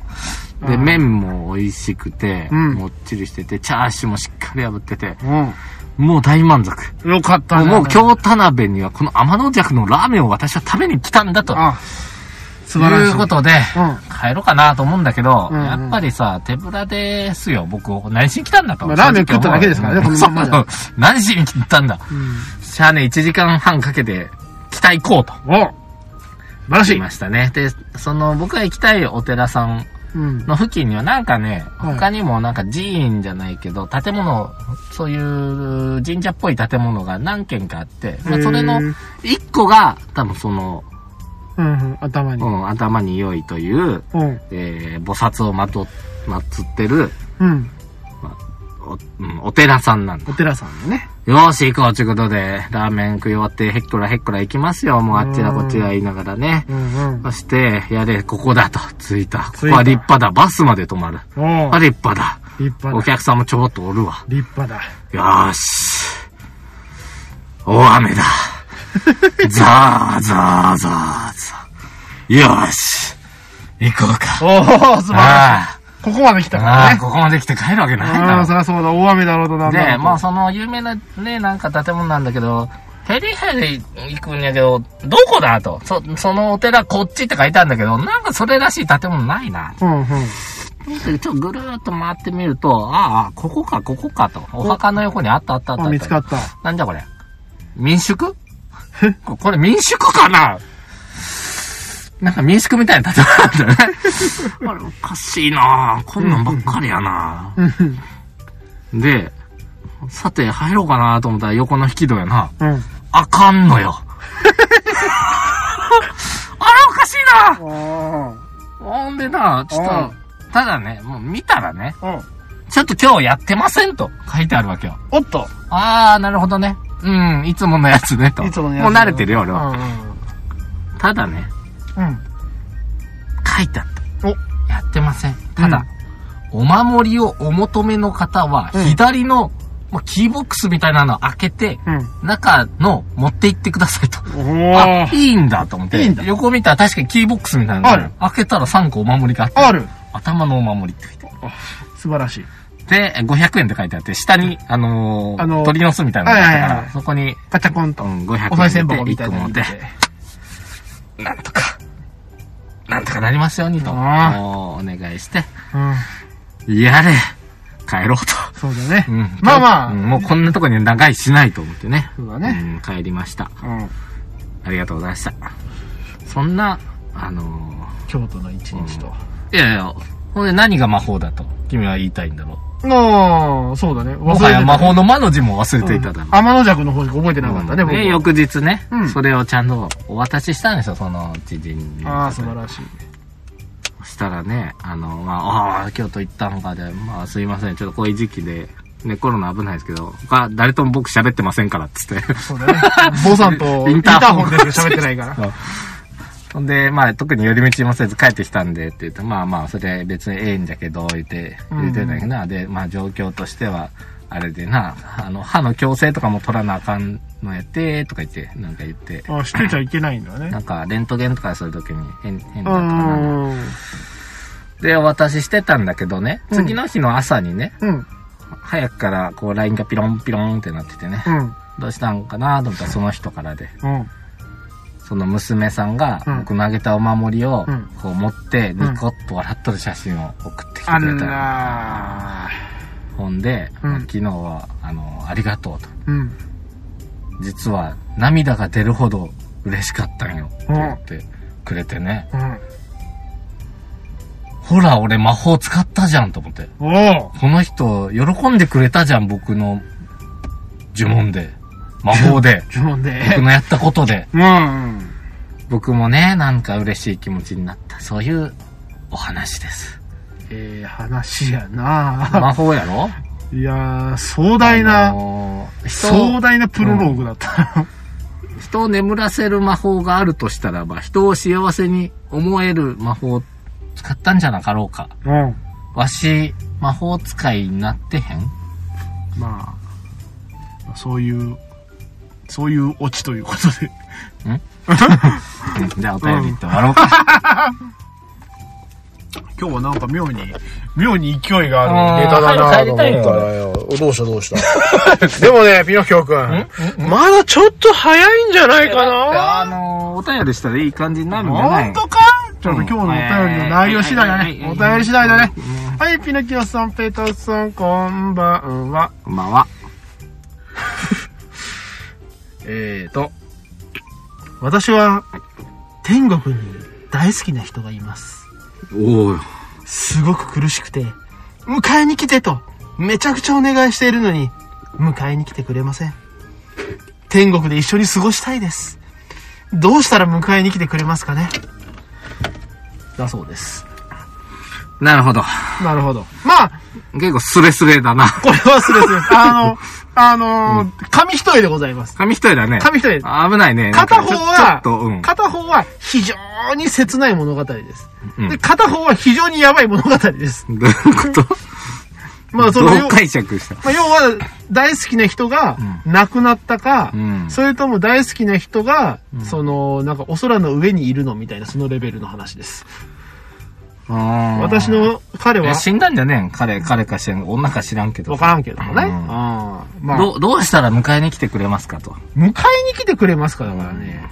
[SPEAKER 1] で、
[SPEAKER 2] うん
[SPEAKER 1] 麺も美味しくて、
[SPEAKER 2] うん
[SPEAKER 1] もっちりしてて、チャーシューもしっかり炙ってて、
[SPEAKER 2] う
[SPEAKER 1] もう大満足。
[SPEAKER 2] ん。よかったね。
[SPEAKER 1] もう京田辺にはこの天の弱のラーメンを私は食べに来たんだと。
[SPEAKER 2] あ、素晴らしい。
[SPEAKER 1] いうことで、
[SPEAKER 2] うん
[SPEAKER 1] 帰ろうかなと思うんだけど、
[SPEAKER 2] うんうん
[SPEAKER 1] やっぱりさ、手ぶらですよ、僕、何しに来たんだと。
[SPEAKER 2] まあラーメン食っただけですからね
[SPEAKER 1] 正直
[SPEAKER 2] このまんまじゃ
[SPEAKER 1] そう何しに来たんだ。しゃあね、1時間半かけて、北行こうと。
[SPEAKER 2] お素晴らし
[SPEAKER 1] 言い
[SPEAKER 2] い。
[SPEAKER 1] ましたね。で、その、僕が行きたいお寺さん
[SPEAKER 2] うん。
[SPEAKER 1] の付近には、なんかね、
[SPEAKER 2] はい
[SPEAKER 1] 他にもなんか寺院じゃないけど、建物、そういう神社っぽい建物が何軒かあって、まあ、それの
[SPEAKER 2] へー
[SPEAKER 1] 1個が、多分その、
[SPEAKER 2] うんうん、頭に
[SPEAKER 1] う。ん、頭に良いという、
[SPEAKER 2] うん。
[SPEAKER 1] えー、菩薩をまと、祀ってる、
[SPEAKER 2] うん。
[SPEAKER 1] お、うん、お寺さんなんだ。
[SPEAKER 2] お寺さんのね。
[SPEAKER 1] よーし、行こうということで、ラーメン食い終わって、へっこらへっこら行きますよ。もうあっちらこっちら言いながらね。
[SPEAKER 2] うんうん。
[SPEAKER 1] そして、やれ、ここだと、着いた。こ
[SPEAKER 2] 着いた
[SPEAKER 1] こは立派だ。バスまで止まる。
[SPEAKER 2] お
[SPEAKER 1] あ、立派だ。
[SPEAKER 2] 立派
[SPEAKER 1] お
[SPEAKER 2] だ。
[SPEAKER 1] 客さんもちょこっとおるわ。
[SPEAKER 2] 立派だ。
[SPEAKER 1] よーし。大雨だ。 [LAUGHS] ザーザーザーザー。よーし。行こうか。
[SPEAKER 2] おお素晴らし
[SPEAKER 1] ああ。
[SPEAKER 2] い。ここまで来たか
[SPEAKER 1] あ
[SPEAKER 2] ら
[SPEAKER 1] あ、
[SPEAKER 2] ね。
[SPEAKER 1] ここまで来て帰るわけないだ
[SPEAKER 2] ああ、そ
[SPEAKER 1] ろ。
[SPEAKER 2] りゃそうだ。大雨だろうとなんだろう
[SPEAKER 1] で、
[SPEAKER 2] と
[SPEAKER 1] まあその有名なね、なんか建物なんだけど、ヘリヘリ行くんやけど、どこだと。そ、そのお寺こっちって書いてあるんだけど、なんかそれらしい建物ないな。
[SPEAKER 2] うんうん。
[SPEAKER 1] ちょっとぐるーっと回ってみると、ああ、ここか、ここかと。お墓の横にあったあったあったあ
[SPEAKER 2] あ、
[SPEAKER 1] た。
[SPEAKER 2] 見つかった。
[SPEAKER 1] なんじゃこれ民宿 [LAUGHS] ここれ民宿かななんか民宿みたいな建物なんだね。 [LAUGHS] あれおかしいなぁこんなんばっかりやな
[SPEAKER 2] うんうん。
[SPEAKER 1] で、さて入ろうかなと思ったら横の引き戸やな。
[SPEAKER 2] うん。
[SPEAKER 1] あかんの [LAUGHS] よ。あれおかしいな
[SPEAKER 2] あ
[SPEAKER 1] ほんでな、ちょっ
[SPEAKER 2] あ
[SPEAKER 1] と、ただね、もう見たらね、
[SPEAKER 2] あ。うん。
[SPEAKER 1] ちょっと今日やってませんと書いてあるわけよ。
[SPEAKER 2] おっと。
[SPEAKER 1] あー、なるほどね。うん、いつものやつねと。
[SPEAKER 2] いつものやつ。
[SPEAKER 1] もう慣れてるよ、俺は。
[SPEAKER 2] う
[SPEAKER 1] ただね、
[SPEAKER 2] んうんうん。
[SPEAKER 1] 書いてあっ
[SPEAKER 2] お
[SPEAKER 1] た。やってません。ただ、お守りをお求めの方は、
[SPEAKER 2] うん
[SPEAKER 1] 左の、まあキーボックスみたいなのを開けて、
[SPEAKER 2] うん。
[SPEAKER 1] 中の持って行ってくださいと。
[SPEAKER 2] お
[SPEAKER 1] あ
[SPEAKER 2] ー、
[SPEAKER 1] いいんだと思って。
[SPEAKER 2] いいんだ
[SPEAKER 1] 横見たら確かにキーボックスみたいなのが
[SPEAKER 2] ある
[SPEAKER 1] 開けたら3個お守りがあって、
[SPEAKER 2] ある。
[SPEAKER 1] 頭のお守りって書いてある。
[SPEAKER 2] 素晴らしい。
[SPEAKER 1] で、500円って書いてあって、下に、あのー
[SPEAKER 2] あのー
[SPEAKER 1] 鳥の巣みたいなのがあったから、
[SPEAKER 2] はいはいはい
[SPEAKER 1] そこに、
[SPEAKER 2] ガチャコンと
[SPEAKER 1] う。ん、500円
[SPEAKER 2] お賽銭箱みたい
[SPEAKER 1] 1個
[SPEAKER 2] な
[SPEAKER 1] 持
[SPEAKER 2] の
[SPEAKER 1] っ
[SPEAKER 2] 入
[SPEAKER 1] て
[SPEAKER 2] れ、て。
[SPEAKER 1] なんとか、なんとかなりますようにと、
[SPEAKER 2] うん
[SPEAKER 1] もうお願いして、
[SPEAKER 2] うん。
[SPEAKER 1] やれ帰ろうと。
[SPEAKER 2] そうだね。
[SPEAKER 1] [LAUGHS] うん
[SPEAKER 2] まあまあ
[SPEAKER 1] うんもうこんなとこに長居しないと思ってね。
[SPEAKER 2] そうだね。
[SPEAKER 1] うん帰りました。
[SPEAKER 2] うん。
[SPEAKER 1] ありがとうございました。そんな、あの
[SPEAKER 2] 京都の一日と。
[SPEAKER 1] ーいやいや、ほんで何が魔法だと君は言いたいんだろ
[SPEAKER 2] ああ、そうだね。
[SPEAKER 1] う。も
[SPEAKER 2] 忘
[SPEAKER 1] は
[SPEAKER 2] れて
[SPEAKER 1] や
[SPEAKER 2] た
[SPEAKER 1] 魔法の魔の字も忘れていただろう。
[SPEAKER 2] 天の弱の方しか覚えてなかったね、
[SPEAKER 1] うん
[SPEAKER 2] 僕は
[SPEAKER 1] で翌日ね、
[SPEAKER 2] うん
[SPEAKER 1] それをちゃんとお渡ししたんですよ、その知人に。
[SPEAKER 2] ああ、素晴らしい。
[SPEAKER 1] そしたらね、あの、まあ、ああ、京都行ったのかで、まあ、すいません、ちょっとこういう時期で、ね、コロナ危ないですけど、他、誰とも僕喋ってませんから、つって。
[SPEAKER 2] そう
[SPEAKER 1] [LAUGHS]
[SPEAKER 2] だね。坊さんとイ
[SPEAKER 1] イ
[SPEAKER 2] ン
[SPEAKER 1] ン
[SPEAKER 2] タ
[SPEAKER 1] タ
[SPEAKER 2] ー
[SPEAKER 1] ー
[SPEAKER 2] ホ
[SPEAKER 1] ホ
[SPEAKER 2] ン
[SPEAKER 1] ン
[SPEAKER 2] でしか喋ってないから。
[SPEAKER 1] ほんで、まあ、特に寄り道もせず帰ってきたんで、って言って、まあまあ、それ別にええんじゃけど、言って、言ってたけどな、で、まあ、状況としては、あれでな、あの、歯の矯正とかも取らなあかんのやって、とか言って、なんか言って、
[SPEAKER 2] ああ、してちゃいけないんだ
[SPEAKER 1] な
[SPEAKER 2] ね。
[SPEAKER 1] んか、レントゲンとかするときに変、変
[SPEAKER 2] う
[SPEAKER 1] だとかなんだ
[SPEAKER 2] ん。
[SPEAKER 1] で、お渡ししてたんだけどね、
[SPEAKER 2] うん
[SPEAKER 1] 次の日の朝にね、
[SPEAKER 2] うん。
[SPEAKER 1] 早くからこう LINE がピロンピロンってなっててね、
[SPEAKER 2] うん。
[SPEAKER 1] どうしたんかなと思ったらその人からで、
[SPEAKER 2] うん。そ
[SPEAKER 1] その娘さんが
[SPEAKER 2] うん
[SPEAKER 1] 僕のあげたお守りを
[SPEAKER 2] うん
[SPEAKER 1] こう持ってニコッと笑っとる写真を送ってきて
[SPEAKER 2] あ
[SPEAKER 1] くれたの
[SPEAKER 2] ら
[SPEAKER 1] ほんで、
[SPEAKER 2] うん
[SPEAKER 1] まあ昨日はあの、ありがとうと。
[SPEAKER 2] ー。うん。
[SPEAKER 1] 実は涙が出るほど嬉しかったんよって言ってくれてね、
[SPEAKER 2] うん。
[SPEAKER 1] ほら俺魔法使ったじゃんと思って。
[SPEAKER 2] お
[SPEAKER 1] この人喜んでくれたじゃん僕の呪文で、魔法で。
[SPEAKER 2] [LAUGHS] お呪文で。
[SPEAKER 1] 僕のやったことで、
[SPEAKER 2] うん。うん
[SPEAKER 1] 僕もね、なんか嬉しい気持ちになった。そういうお話
[SPEAKER 2] [LAUGHS]
[SPEAKER 1] です。
[SPEAKER 2] ええ話やな
[SPEAKER 1] 魔法やろ
[SPEAKER 2] いやー、壮大
[SPEAKER 1] あ
[SPEAKER 2] な、
[SPEAKER 1] のー人
[SPEAKER 2] 壮
[SPEAKER 1] を、
[SPEAKER 2] 大なプロローグだった。
[SPEAKER 1] 人を眠らせる魔法があるとしたらば、人を幸せに思える魔法を使ったんじゃなかろうか。
[SPEAKER 2] うん。
[SPEAKER 1] わし、魔法使いになってへん
[SPEAKER 2] まあ、そういう、そういうオチということで。
[SPEAKER 1] じゃあお便り行って終わろうか。
[SPEAKER 2] 今日はなんか妙に、妙に勢いが
[SPEAKER 1] あー
[SPEAKER 2] あるネタだな
[SPEAKER 1] 早く
[SPEAKER 2] と思っ
[SPEAKER 1] 帰りたいよ
[SPEAKER 2] たらよ。どうしたどうした。 [LAUGHS] でもね、ピノキオくん、まだちょっと早いんじゃないかな
[SPEAKER 1] あのーお便りしたらいい感じになるんじゃない
[SPEAKER 2] 本当かちょっと今日のお便りの内容次第だね。お
[SPEAKER 1] うん
[SPEAKER 2] 便り次第だね。はい、ピノキオさん、ペーターさん、こんばんは。
[SPEAKER 1] こんばんは。 [LAUGHS] えーと、
[SPEAKER 2] 私は、天国に大好きな人がいます。
[SPEAKER 1] おお
[SPEAKER 2] すごく苦しくて、迎えに来てと、めちゃくちゃお願いしているのに、迎えに来てくれません。天国で一緒に過ごしたいです。どうしたら迎えに来てくれますかねだそうです。
[SPEAKER 1] なるほど。
[SPEAKER 2] なるほど。まあ、
[SPEAKER 1] 結構スレスレだな。
[SPEAKER 2] これはスレスレで
[SPEAKER 1] [LAUGHS]
[SPEAKER 2] す。あの、あのー紙一重でございます。
[SPEAKER 1] 紙一重だね。
[SPEAKER 2] 紙一重です。
[SPEAKER 1] 危ないね。
[SPEAKER 2] 片方
[SPEAKER 1] なんか
[SPEAKER 2] は
[SPEAKER 1] ちょちょっと、うん。
[SPEAKER 2] 片方は非常に切ない物語です。
[SPEAKER 1] うん
[SPEAKER 2] で、片方は非常にやばい物語です。
[SPEAKER 1] どういうこと
[SPEAKER 2] まあ、そ
[SPEAKER 1] ど
[SPEAKER 2] の、要
[SPEAKER 1] う解釈した
[SPEAKER 2] まあ、要は、大好きな人が亡くなったか、
[SPEAKER 1] うん
[SPEAKER 2] それとも大好きな人が、その、なんかお空の上にいるのみたいな、そのレベルの話です。
[SPEAKER 1] 私、
[SPEAKER 2] 私の彼は
[SPEAKER 1] え、死んだんじゃねえん彼、彼か知らん、女か知らんけど
[SPEAKER 2] わ。からんけどもね。
[SPEAKER 1] うん
[SPEAKER 2] あーまあ、
[SPEAKER 1] どう、どうしたら迎えに来てくれますかと。
[SPEAKER 2] 迎えに来てくれますかだからね。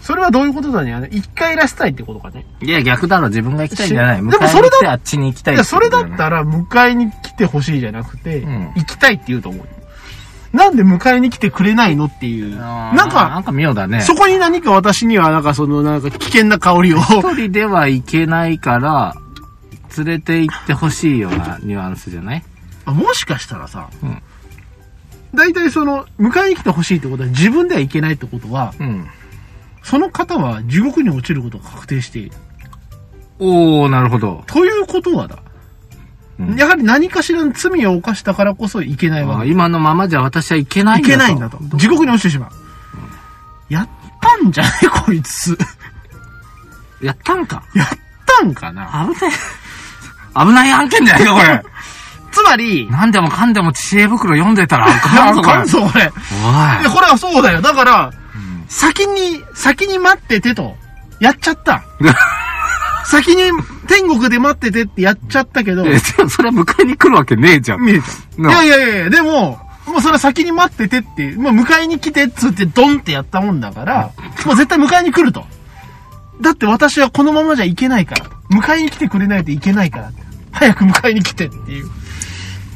[SPEAKER 2] それはどういうことだね。一回らせたいってことかね。
[SPEAKER 1] いや、逆だろ、自分が行きたいんじゃない。
[SPEAKER 2] し
[SPEAKER 1] 迎
[SPEAKER 2] でも
[SPEAKER 1] え
[SPEAKER 2] そ
[SPEAKER 1] に
[SPEAKER 2] れだ
[SPEAKER 1] 来てあっちに行きたい
[SPEAKER 2] い
[SPEAKER 1] て
[SPEAKER 2] や、それだ
[SPEAKER 1] こ
[SPEAKER 2] っ
[SPEAKER 1] とよね
[SPEAKER 2] たら、迎えに来てほしいじゃなくて、
[SPEAKER 1] ん
[SPEAKER 2] 行きたいって言うと思うよ。なんで迎えに来てくれないのっていう。
[SPEAKER 1] あ
[SPEAKER 2] な
[SPEAKER 1] ー
[SPEAKER 2] んか
[SPEAKER 1] な、んか妙だね。
[SPEAKER 2] そこに何か私には、なんかその、なんか危険な香りを。
[SPEAKER 1] 一人では行けないから、連れて行ってほしいようなニュアンスじゃない
[SPEAKER 2] あもしかしたらさ、
[SPEAKER 1] うん
[SPEAKER 2] 大体その、迎えに来てほしいってことは自分では行けないってことは、
[SPEAKER 1] うん。
[SPEAKER 2] その方は地獄に落ちることが確定している。
[SPEAKER 1] おー、なるほど。
[SPEAKER 2] ということはだ。
[SPEAKER 1] うん
[SPEAKER 2] やはり何かしらの罪を犯したからこそいけないわ
[SPEAKER 1] あ
[SPEAKER 2] け。い
[SPEAKER 1] 今のままじゃ私はいけないんだと。
[SPEAKER 2] けないんだと。地獄に落ちてしまう。やったんじゃねこいつ。 [LAUGHS]
[SPEAKER 1] やったんか。
[SPEAKER 2] やったんかな
[SPEAKER 1] 危ない。危ない案件じゃないか、これ。
[SPEAKER 2] つまり、
[SPEAKER 1] 何でもかんでも知恵袋読んでたらあか
[SPEAKER 2] [LAUGHS] あ
[SPEAKER 1] んぞ、これ
[SPEAKER 2] かん。ぞ、これ。いや、
[SPEAKER 1] お
[SPEAKER 2] これはそうだよ。だから、先に、先に待っててと。やっちゃ [LAUGHS] った。先に天国で待っててってやっちゃったけど、
[SPEAKER 1] い。え、でもそれは迎えに来るわけねえじゃん。
[SPEAKER 2] 見え
[SPEAKER 1] な
[SPEAKER 2] た。いやいやいやいや、でも、もうそれは先に待っててって、もう迎えに来てっつってドンってやったもんだから、もう絶対迎えに来ると。だって私はこのままじゃいけないから。迎えに来てくれないといけないから。早く迎えに来てっていう。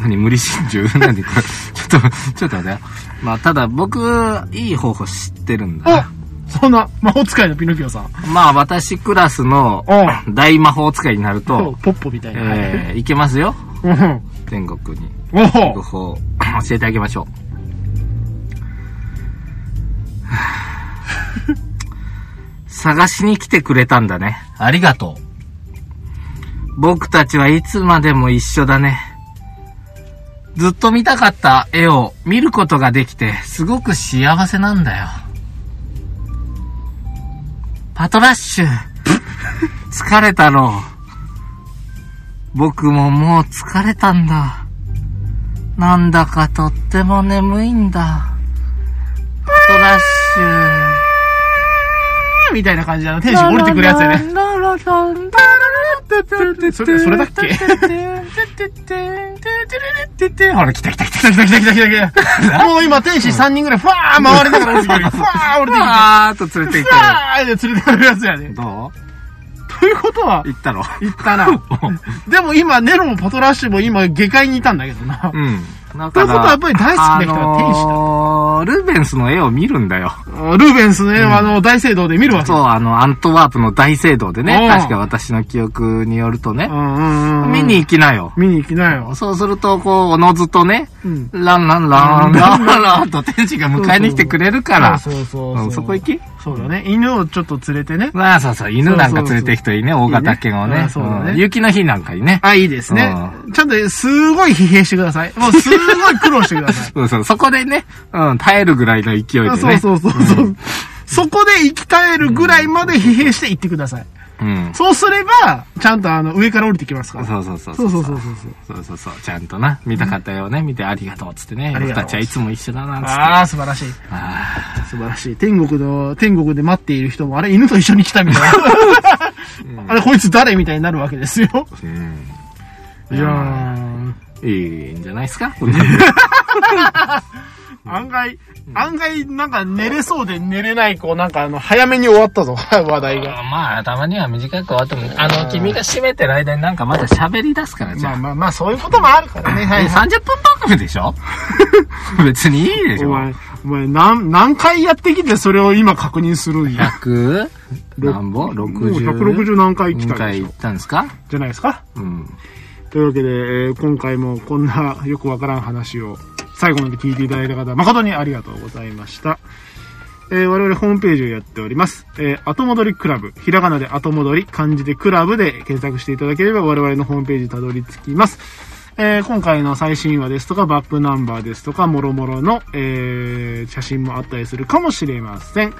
[SPEAKER 1] 何無理心中 [LAUGHS] 何これ。ちょっと、ちょっと待ってよ。まあ、ただ僕、いい方法知ってるんだ
[SPEAKER 2] あ
[SPEAKER 1] な。
[SPEAKER 2] そんな魔法使いのピノキオさん。
[SPEAKER 1] まあ、私クラスの
[SPEAKER 2] う
[SPEAKER 1] 大魔法使いになる
[SPEAKER 2] そう
[SPEAKER 1] と、
[SPEAKER 2] ポッポみたいな。
[SPEAKER 1] えー、いけますよ。
[SPEAKER 2] うん。
[SPEAKER 1] 天国に。
[SPEAKER 2] おほ
[SPEAKER 1] 方法教えてあげましょう。探しに来てくれたんだね。ありがとう。僕たちはいつまでも一緒だね。ずっと見たかった絵を見ることができて、すごく幸せなんだよ。パトラッ [LAUGHS] シュ。疲れたろう。僕ももう疲れたんだ。なんだかとっても眠いんだ。パトラッシュ。
[SPEAKER 2] みたいな感じだな。天使降りてくるやつやね。
[SPEAKER 1] ララララララララ
[SPEAKER 2] それ、それだっけ
[SPEAKER 1] ほら、来た来た来
[SPEAKER 2] 来た来た来た来た来た来た。もう今、天使3人ぐらい、ふわー回りながら、ふわ [LAUGHS] ー降りてきて、ふ
[SPEAKER 1] た。
[SPEAKER 2] わ
[SPEAKER 1] わーっと連れて行っ
[SPEAKER 2] ーで連れてくるやつやね。
[SPEAKER 1] たど
[SPEAKER 2] ということは
[SPEAKER 1] う、行ったろ
[SPEAKER 2] 言ったな。でも今、ネロもパトラッシュも今、下界にいたんだけどな。
[SPEAKER 1] うん。だ
[SPEAKER 2] ということはやっぱり大好きな人は天使だ
[SPEAKER 1] あのールーベンスの絵を見るんだよ。
[SPEAKER 2] ルーベンスね、あの、大聖堂で見るわ。
[SPEAKER 1] そう、あの、アントワープの大聖堂でね
[SPEAKER 2] う、ん
[SPEAKER 1] 確か私の記憶によるとね
[SPEAKER 2] う、んうんうん。
[SPEAKER 1] 見に。行きなよ。
[SPEAKER 2] 見に行きなよ。
[SPEAKER 1] そうすると、こう、おのずとね、
[SPEAKER 2] うん。
[SPEAKER 1] ランランランランランと天使が迎えに来てくれるから、
[SPEAKER 2] そうそう
[SPEAKER 1] う
[SPEAKER 2] そ
[SPEAKER 1] ん
[SPEAKER 2] う。
[SPEAKER 1] そこ行き
[SPEAKER 2] そうだね。犬をちょっと連れてね。
[SPEAKER 1] まあそうそう、犬なんか連れてきていいね、大型犬を
[SPEAKER 2] いい
[SPEAKER 1] ね
[SPEAKER 2] ね。そうだね
[SPEAKER 1] うん雪の日なんかにね。
[SPEAKER 2] あ、いいですね。ちゃんと、すごい疲弊してください。もう、すごい苦労してください。
[SPEAKER 1] そうそう、そこでね、うん、耐えるぐらいの勢いでね。
[SPEAKER 2] そうそうそうそう。そこで生き絶えるぐらいまで疲弊して行ってください。
[SPEAKER 1] うん。
[SPEAKER 2] そうすれば、ちゃんとあの、上から降りてきますから。
[SPEAKER 1] そうそうそう。
[SPEAKER 2] そうそうそうそう。
[SPEAKER 1] そうそうそう。ちゃんとな、見たかったよね、見てありがとうっつってね。
[SPEAKER 2] あり
[SPEAKER 1] 僕
[SPEAKER 2] がとう
[SPEAKER 1] たちはいつも一緒だな、つって。
[SPEAKER 2] ああ、素晴らしい。
[SPEAKER 1] あ
[SPEAKER 2] 素晴らしい。天国の、天国で待っている人も、あれ、犬と一緒に来たみたいな。あれ、こいつ誰みたいになるわけですよ。
[SPEAKER 1] ーうん。
[SPEAKER 2] いやー。
[SPEAKER 1] いいんじゃないです
[SPEAKER 2] [LAUGHS]
[SPEAKER 1] かこんなの
[SPEAKER 2] 案外、案外、なんか寝れそうで寝れない、こう、なんかあの、早めに終わったぞ、話題が。
[SPEAKER 1] まあ、たまには短く終わっても、あの、君が閉めてる間になんかまだ喋り出すから、じゃ
[SPEAKER 2] ま
[SPEAKER 1] あ
[SPEAKER 2] あ。まあまあ、そういうこともあるからね。は
[SPEAKER 1] え
[SPEAKER 2] い、はい。
[SPEAKER 1] 30分番組でしょ [LAUGHS] 別にいいでし
[SPEAKER 2] お
[SPEAKER 1] ょ
[SPEAKER 2] 前、お前、何、何回やってきてそれを今確認するんや。
[SPEAKER 1] ?100? 何本
[SPEAKER 2] もう
[SPEAKER 1] ?60?
[SPEAKER 2] 160何回来
[SPEAKER 1] 何
[SPEAKER 2] たんで
[SPEAKER 1] 回
[SPEAKER 2] し
[SPEAKER 1] 行
[SPEAKER 2] ょ
[SPEAKER 1] ったんですか
[SPEAKER 2] じゃないですか。
[SPEAKER 1] うん。
[SPEAKER 2] というわけで、えー今回もこんなよくわからん話を最後まで聞いていただいた方、誠にありがとうございました。えー我々ホームページをやっております。えー後戻りクラブ。ひらがなで後戻り、漢字でクラブで検索していただければ我々のホームページにたどり着きます。えー今回の最新話ですとか、バックナンバーですとか、もろもろの、えー写真もあったりするかもしれません。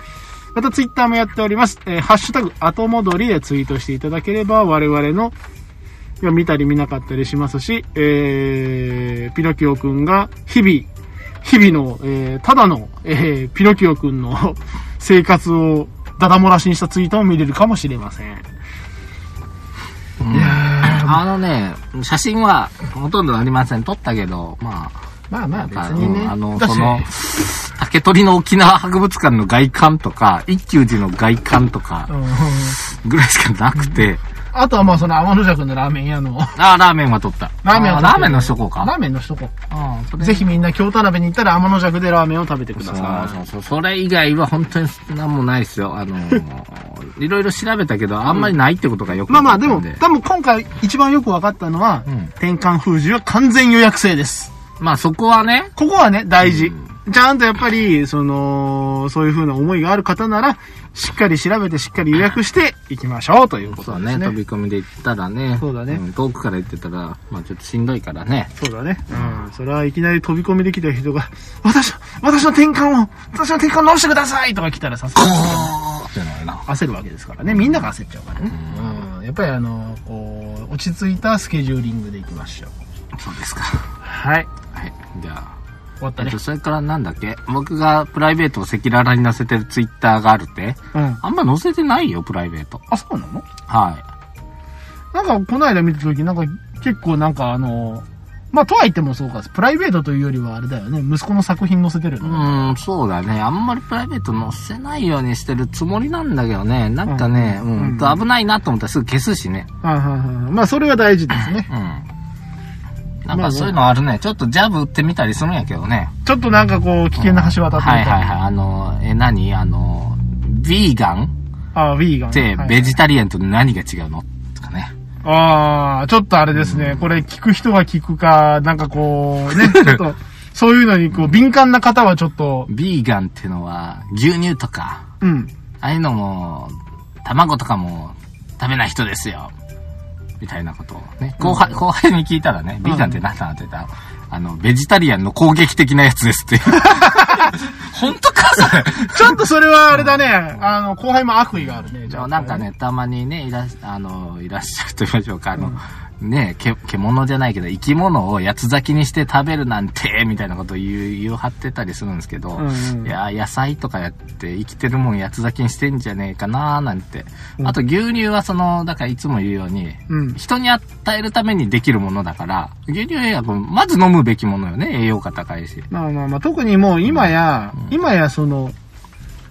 [SPEAKER 2] またツイッターもやっております。えーハッシュタグ後戻りでツイートしていただければ我々のいや見たり見なかったりしますし、えー、ピノキオくんが日々、日々の、えー、ただの、えー、ピノキオくんの [LAUGHS] 生活をダダ漏らしにしたツイートも見れるかもしれません。
[SPEAKER 1] いやあのね、写真はほとんどありません。撮ったけど、まあ、
[SPEAKER 2] まあまあ
[SPEAKER 1] うんあの、その、竹取の沖縄博物館の外観とか、一休寺の外観とか、ぐらいしかなくて、
[SPEAKER 2] あとはまあその天の邪君のラーメン屋の、
[SPEAKER 1] ああ、ラーメンは撮った。
[SPEAKER 2] ラーメン
[SPEAKER 1] あ
[SPEAKER 2] は撮っ
[SPEAKER 1] ラ
[SPEAKER 2] た
[SPEAKER 1] ーメンのしとこう
[SPEAKER 2] ラ
[SPEAKER 1] か。
[SPEAKER 2] ーメンのしとこ。
[SPEAKER 1] それ
[SPEAKER 2] ぜひみんな京田辺に行ったら天の邪君でラーメンを食べてく
[SPEAKER 1] そ
[SPEAKER 2] だ
[SPEAKER 1] うそ
[SPEAKER 2] さ
[SPEAKER 1] うそう。それ以外は本当に何もないですよ。あのー、い [LAUGHS] ろいろ調べたけど、あんまりないってことがよ
[SPEAKER 2] い。
[SPEAKER 1] く
[SPEAKER 2] ま
[SPEAKER 1] わ
[SPEAKER 2] あま
[SPEAKER 1] か
[SPEAKER 2] あ
[SPEAKER 1] っ
[SPEAKER 2] で
[SPEAKER 1] たん
[SPEAKER 2] も、多分今回一番よく分かったのは、
[SPEAKER 1] うん
[SPEAKER 2] 転換封じは完全予約制です。
[SPEAKER 1] まあそこはね、
[SPEAKER 2] ここはね、大事。ちゃんとやっぱり、その、そういう風な思いがある方なら、しっかり調べて、しっかり予約していきましょうというこ
[SPEAKER 1] そ
[SPEAKER 2] と
[SPEAKER 1] う
[SPEAKER 2] で
[SPEAKER 1] ね、
[SPEAKER 2] すね。
[SPEAKER 1] 飛び込みで行ったらね、
[SPEAKER 2] そうだね
[SPEAKER 1] ん遠くから行ってたら、まあちょっとしんどいからね。
[SPEAKER 2] そうだね。うん。それはいきなり飛び込みできた人が、私、私の転換を、私の転換直してくださいとか来たらさすがに
[SPEAKER 1] じゃないな。
[SPEAKER 2] 焦るわけですからね。みんなが焦っちゃうからね。うん。やっぱりあの、こう、落ち着いたスケジューリングでいきましょう。
[SPEAKER 1] そうですか。
[SPEAKER 2] はい。
[SPEAKER 1] はい。じゃあ。
[SPEAKER 2] 終わった
[SPEAKER 1] えっ
[SPEAKER 2] ね
[SPEAKER 1] と、。それからなんだっけ僕がプライベートを赤裸々に載せてるツイッターがあるって
[SPEAKER 2] うん。
[SPEAKER 1] あんま載せてないよ、プライベート。
[SPEAKER 2] あ、そうなの
[SPEAKER 1] は
[SPEAKER 2] なんか、この間見たとき、なんか、結構なんかあの、まあ、とは言ってもそうか、プライベートというよりはあれだよね、息子の作品載せてる
[SPEAKER 1] い。う
[SPEAKER 2] の。
[SPEAKER 1] ーん、そうだね。あんまりプライベート載せないようにしてるつもりなんだけどね。なんかね、うん、うんと危ないなと思ったらすぐ消すしね。
[SPEAKER 2] はいはいはい。まあ、それは大事ですね
[SPEAKER 1] う。ん。なんかそういうのあるね。ちょっとジャブ打ってみたりするんやけどね。
[SPEAKER 2] [LAUGHS] ちょっとなんかこう、危険な橋渡ってみ
[SPEAKER 1] はい
[SPEAKER 2] た
[SPEAKER 1] はいはい。あの、え、何あの、ビーガン
[SPEAKER 2] ああ、ヴィーガン。
[SPEAKER 1] って
[SPEAKER 2] はい
[SPEAKER 1] ベジタリアンと何が違うのとかね。
[SPEAKER 2] ああ、ちょっとあれですね、これ聞く人が聞くか、なんかこう、
[SPEAKER 1] [LAUGHS]
[SPEAKER 2] ね、ちょっと、そういうのにこう、敏感な方はちょっと、
[SPEAKER 1] ビーガンってのは牛乳とか、
[SPEAKER 2] うん。
[SPEAKER 1] ああいうのも、卵とかも食べない人ですよ。みたいなことをね。後輩、後輩に聞いたらね、ビーガンって何なのって言ったら、あの、ベジタリアンの攻撃的なやつですって。 [LAUGHS] 本当かそれ。
[SPEAKER 2] ちょっとそれはあれだね、あの、後輩も悪意があるね、
[SPEAKER 1] で
[SPEAKER 2] じゃ
[SPEAKER 1] も
[SPEAKER 2] あ。
[SPEAKER 1] なんかね、たまにね、いらっしゃ、あの、いらっしゃると言いましょうか、あの、ねえ、け獣じゃないけど、生き物を八つ咲きにして食べるなんて、みたいなこと言う、言う張ってたりするんですけど、
[SPEAKER 2] うんうん
[SPEAKER 1] いや、野菜とかやって生きてるもん八つ咲きにしてんじゃねえかななんて。
[SPEAKER 2] うん
[SPEAKER 1] あと牛乳はその、だからいつも言うように、
[SPEAKER 2] うん。
[SPEAKER 1] 人に与えるためにできるものだから、牛乳はまず飲むべきものよね、栄養価高いし。
[SPEAKER 2] まあまあまあ、特にもう今や、今やその、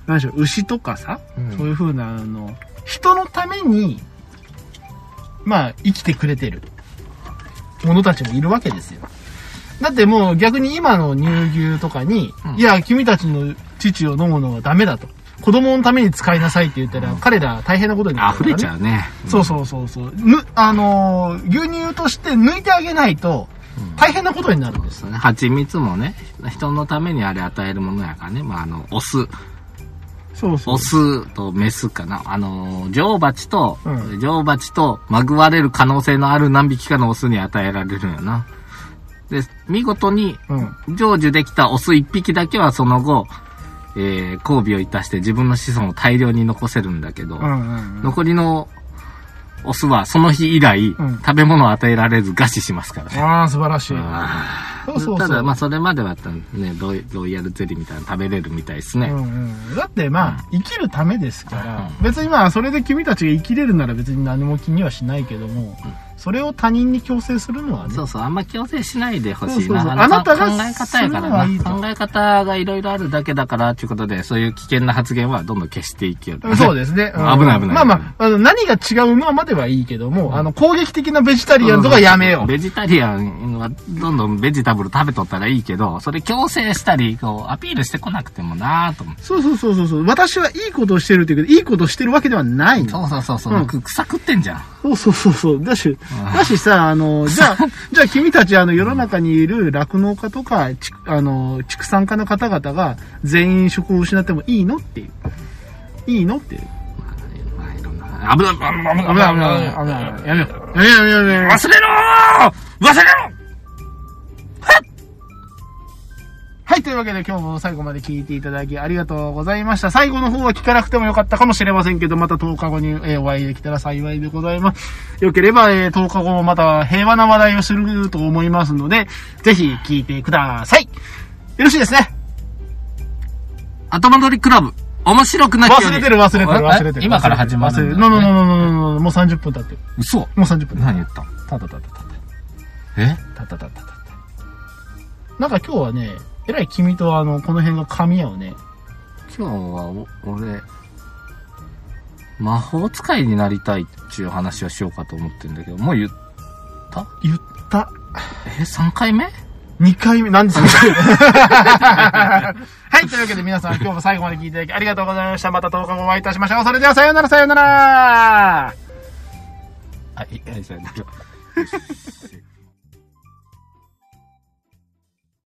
[SPEAKER 2] 何でしょう、牛とかさ、
[SPEAKER 1] うん
[SPEAKER 2] そういう風な、あの、人のために、まあ、生きてくれてる、ものたちもいるわけですよ。だってもう逆に今の乳牛とかに、
[SPEAKER 1] うん
[SPEAKER 2] いや、君たちの乳を飲むのはダメだと。子供のために使いなさいって言ったら、彼ら大変なことになる
[SPEAKER 1] 溢れちゃうね。
[SPEAKER 2] そうそうそうそう。ぬ、あのー牛乳として抜いてあげないと、大変なことになるん
[SPEAKER 1] そう
[SPEAKER 2] で。
[SPEAKER 1] ですすね。蜂蜜もね、人のためにあれ与えるものやからね。まあ、あの、オス。
[SPEAKER 2] そうそう
[SPEAKER 1] オ。スとメスかな。あの、女王蜂と、
[SPEAKER 2] うん
[SPEAKER 1] 女王蜂と、まぐわれる可能性のある何匹かのオスに与えられるんやな。で、見事に、
[SPEAKER 2] うん。
[SPEAKER 1] 成就できたオス1匹だけはその後、えー、交尾をいたして自分の子孫を大量に残せるんだけど、
[SPEAKER 2] うんうんうん。
[SPEAKER 1] 残りのオスはその日以来、
[SPEAKER 2] ん
[SPEAKER 1] 食べ物を与えられず餓死しますからね。
[SPEAKER 2] ああ、素晴らしい。そうそうそう。
[SPEAKER 1] ただ、まあ、それまではね、ロイロイヤルゼリーみたいなの食べれるみたいですね。
[SPEAKER 2] うんうん、だってまあ、生きるためですから、
[SPEAKER 1] う
[SPEAKER 2] 別にまあそれで君たちが生きれるなら別に何も気にはしないけども、それを他人に強制するのはね
[SPEAKER 1] そうそう、あんま強制しないでほしいな。
[SPEAKER 2] そうそうそう
[SPEAKER 1] の
[SPEAKER 2] あなたが
[SPEAKER 1] 考え方やか
[SPEAKER 2] するのは
[SPEAKER 1] ら
[SPEAKER 2] いい
[SPEAKER 1] な。
[SPEAKER 2] と
[SPEAKER 1] 考え方がいろいろあるだけだから、ということで、そういう危険な発言はどんどん消していける。
[SPEAKER 2] そうですね。うん
[SPEAKER 1] 危ない危ない
[SPEAKER 2] まあまあ、あの何が違うのまではいいけども、あの、攻撃的なベジタリアンとかやめよう。
[SPEAKER 1] ベジタリアンはどんどんベジタブル食べとったらいいけど、それ強制したり、こう、アピールしてこなくてもなぁと思って。
[SPEAKER 2] そうそうそうそうそう。私はいいことをしてるっていうけど、いいことをしてるわけではないの。
[SPEAKER 1] そうそうそう、そうの
[SPEAKER 2] ん
[SPEAKER 1] 草食ってんじゃん。
[SPEAKER 2] そうそうそうそう。だし、だしさ、あの、じゃあ、じゃあ君たち、あの、世の中にいる酪農家とか、ちあの、畜産家の方々が全員職を失ってもいいのっていう。いいのっていう。
[SPEAKER 1] まあいろんな危ない、危ない、危ない、危ない、危ない。
[SPEAKER 2] やめよう。やめよう、やめよう、やめよ
[SPEAKER 1] 忘れ
[SPEAKER 2] う。
[SPEAKER 1] ろー忘れろ
[SPEAKER 2] はい、というわけで今日も最後まで聞いていただきありがとうございました。最後の方は聞かなくてもよかったかもしれませんけど、また10日後に、えーお会いできたら幸いでございます。よければ、えー10日後もまた平和な話題をすると思いますので、ぜひ聞いてください。よろしいですね。
[SPEAKER 1] 頭取りクラブ、面白くなっ
[SPEAKER 2] 忘れてる忘れてる忘れてる。
[SPEAKER 1] 今から始まる
[SPEAKER 2] 忘れ
[SPEAKER 1] ん
[SPEAKER 2] て
[SPEAKER 1] だ
[SPEAKER 2] る。のののののののもう30分経ってる。
[SPEAKER 1] 嘘
[SPEAKER 2] もう30分。
[SPEAKER 1] 何言ったの
[SPEAKER 2] たたたたたた。
[SPEAKER 1] え
[SPEAKER 2] たたたたたた。なんか今日はね、えらい君とあの、この辺が噛み合うね。
[SPEAKER 1] 今日はお俺魔法使いになりたいっていう話をしようかと思ってんだけどもう言っ
[SPEAKER 2] 言った。
[SPEAKER 1] え3回目
[SPEAKER 2] 2回目、なんですかはい、というわけで皆さん今日も最後まで聞いていただきありがとうございました。また10日後お会いいたしましょう。それではさようならさようなら
[SPEAKER 1] あいいやいやいや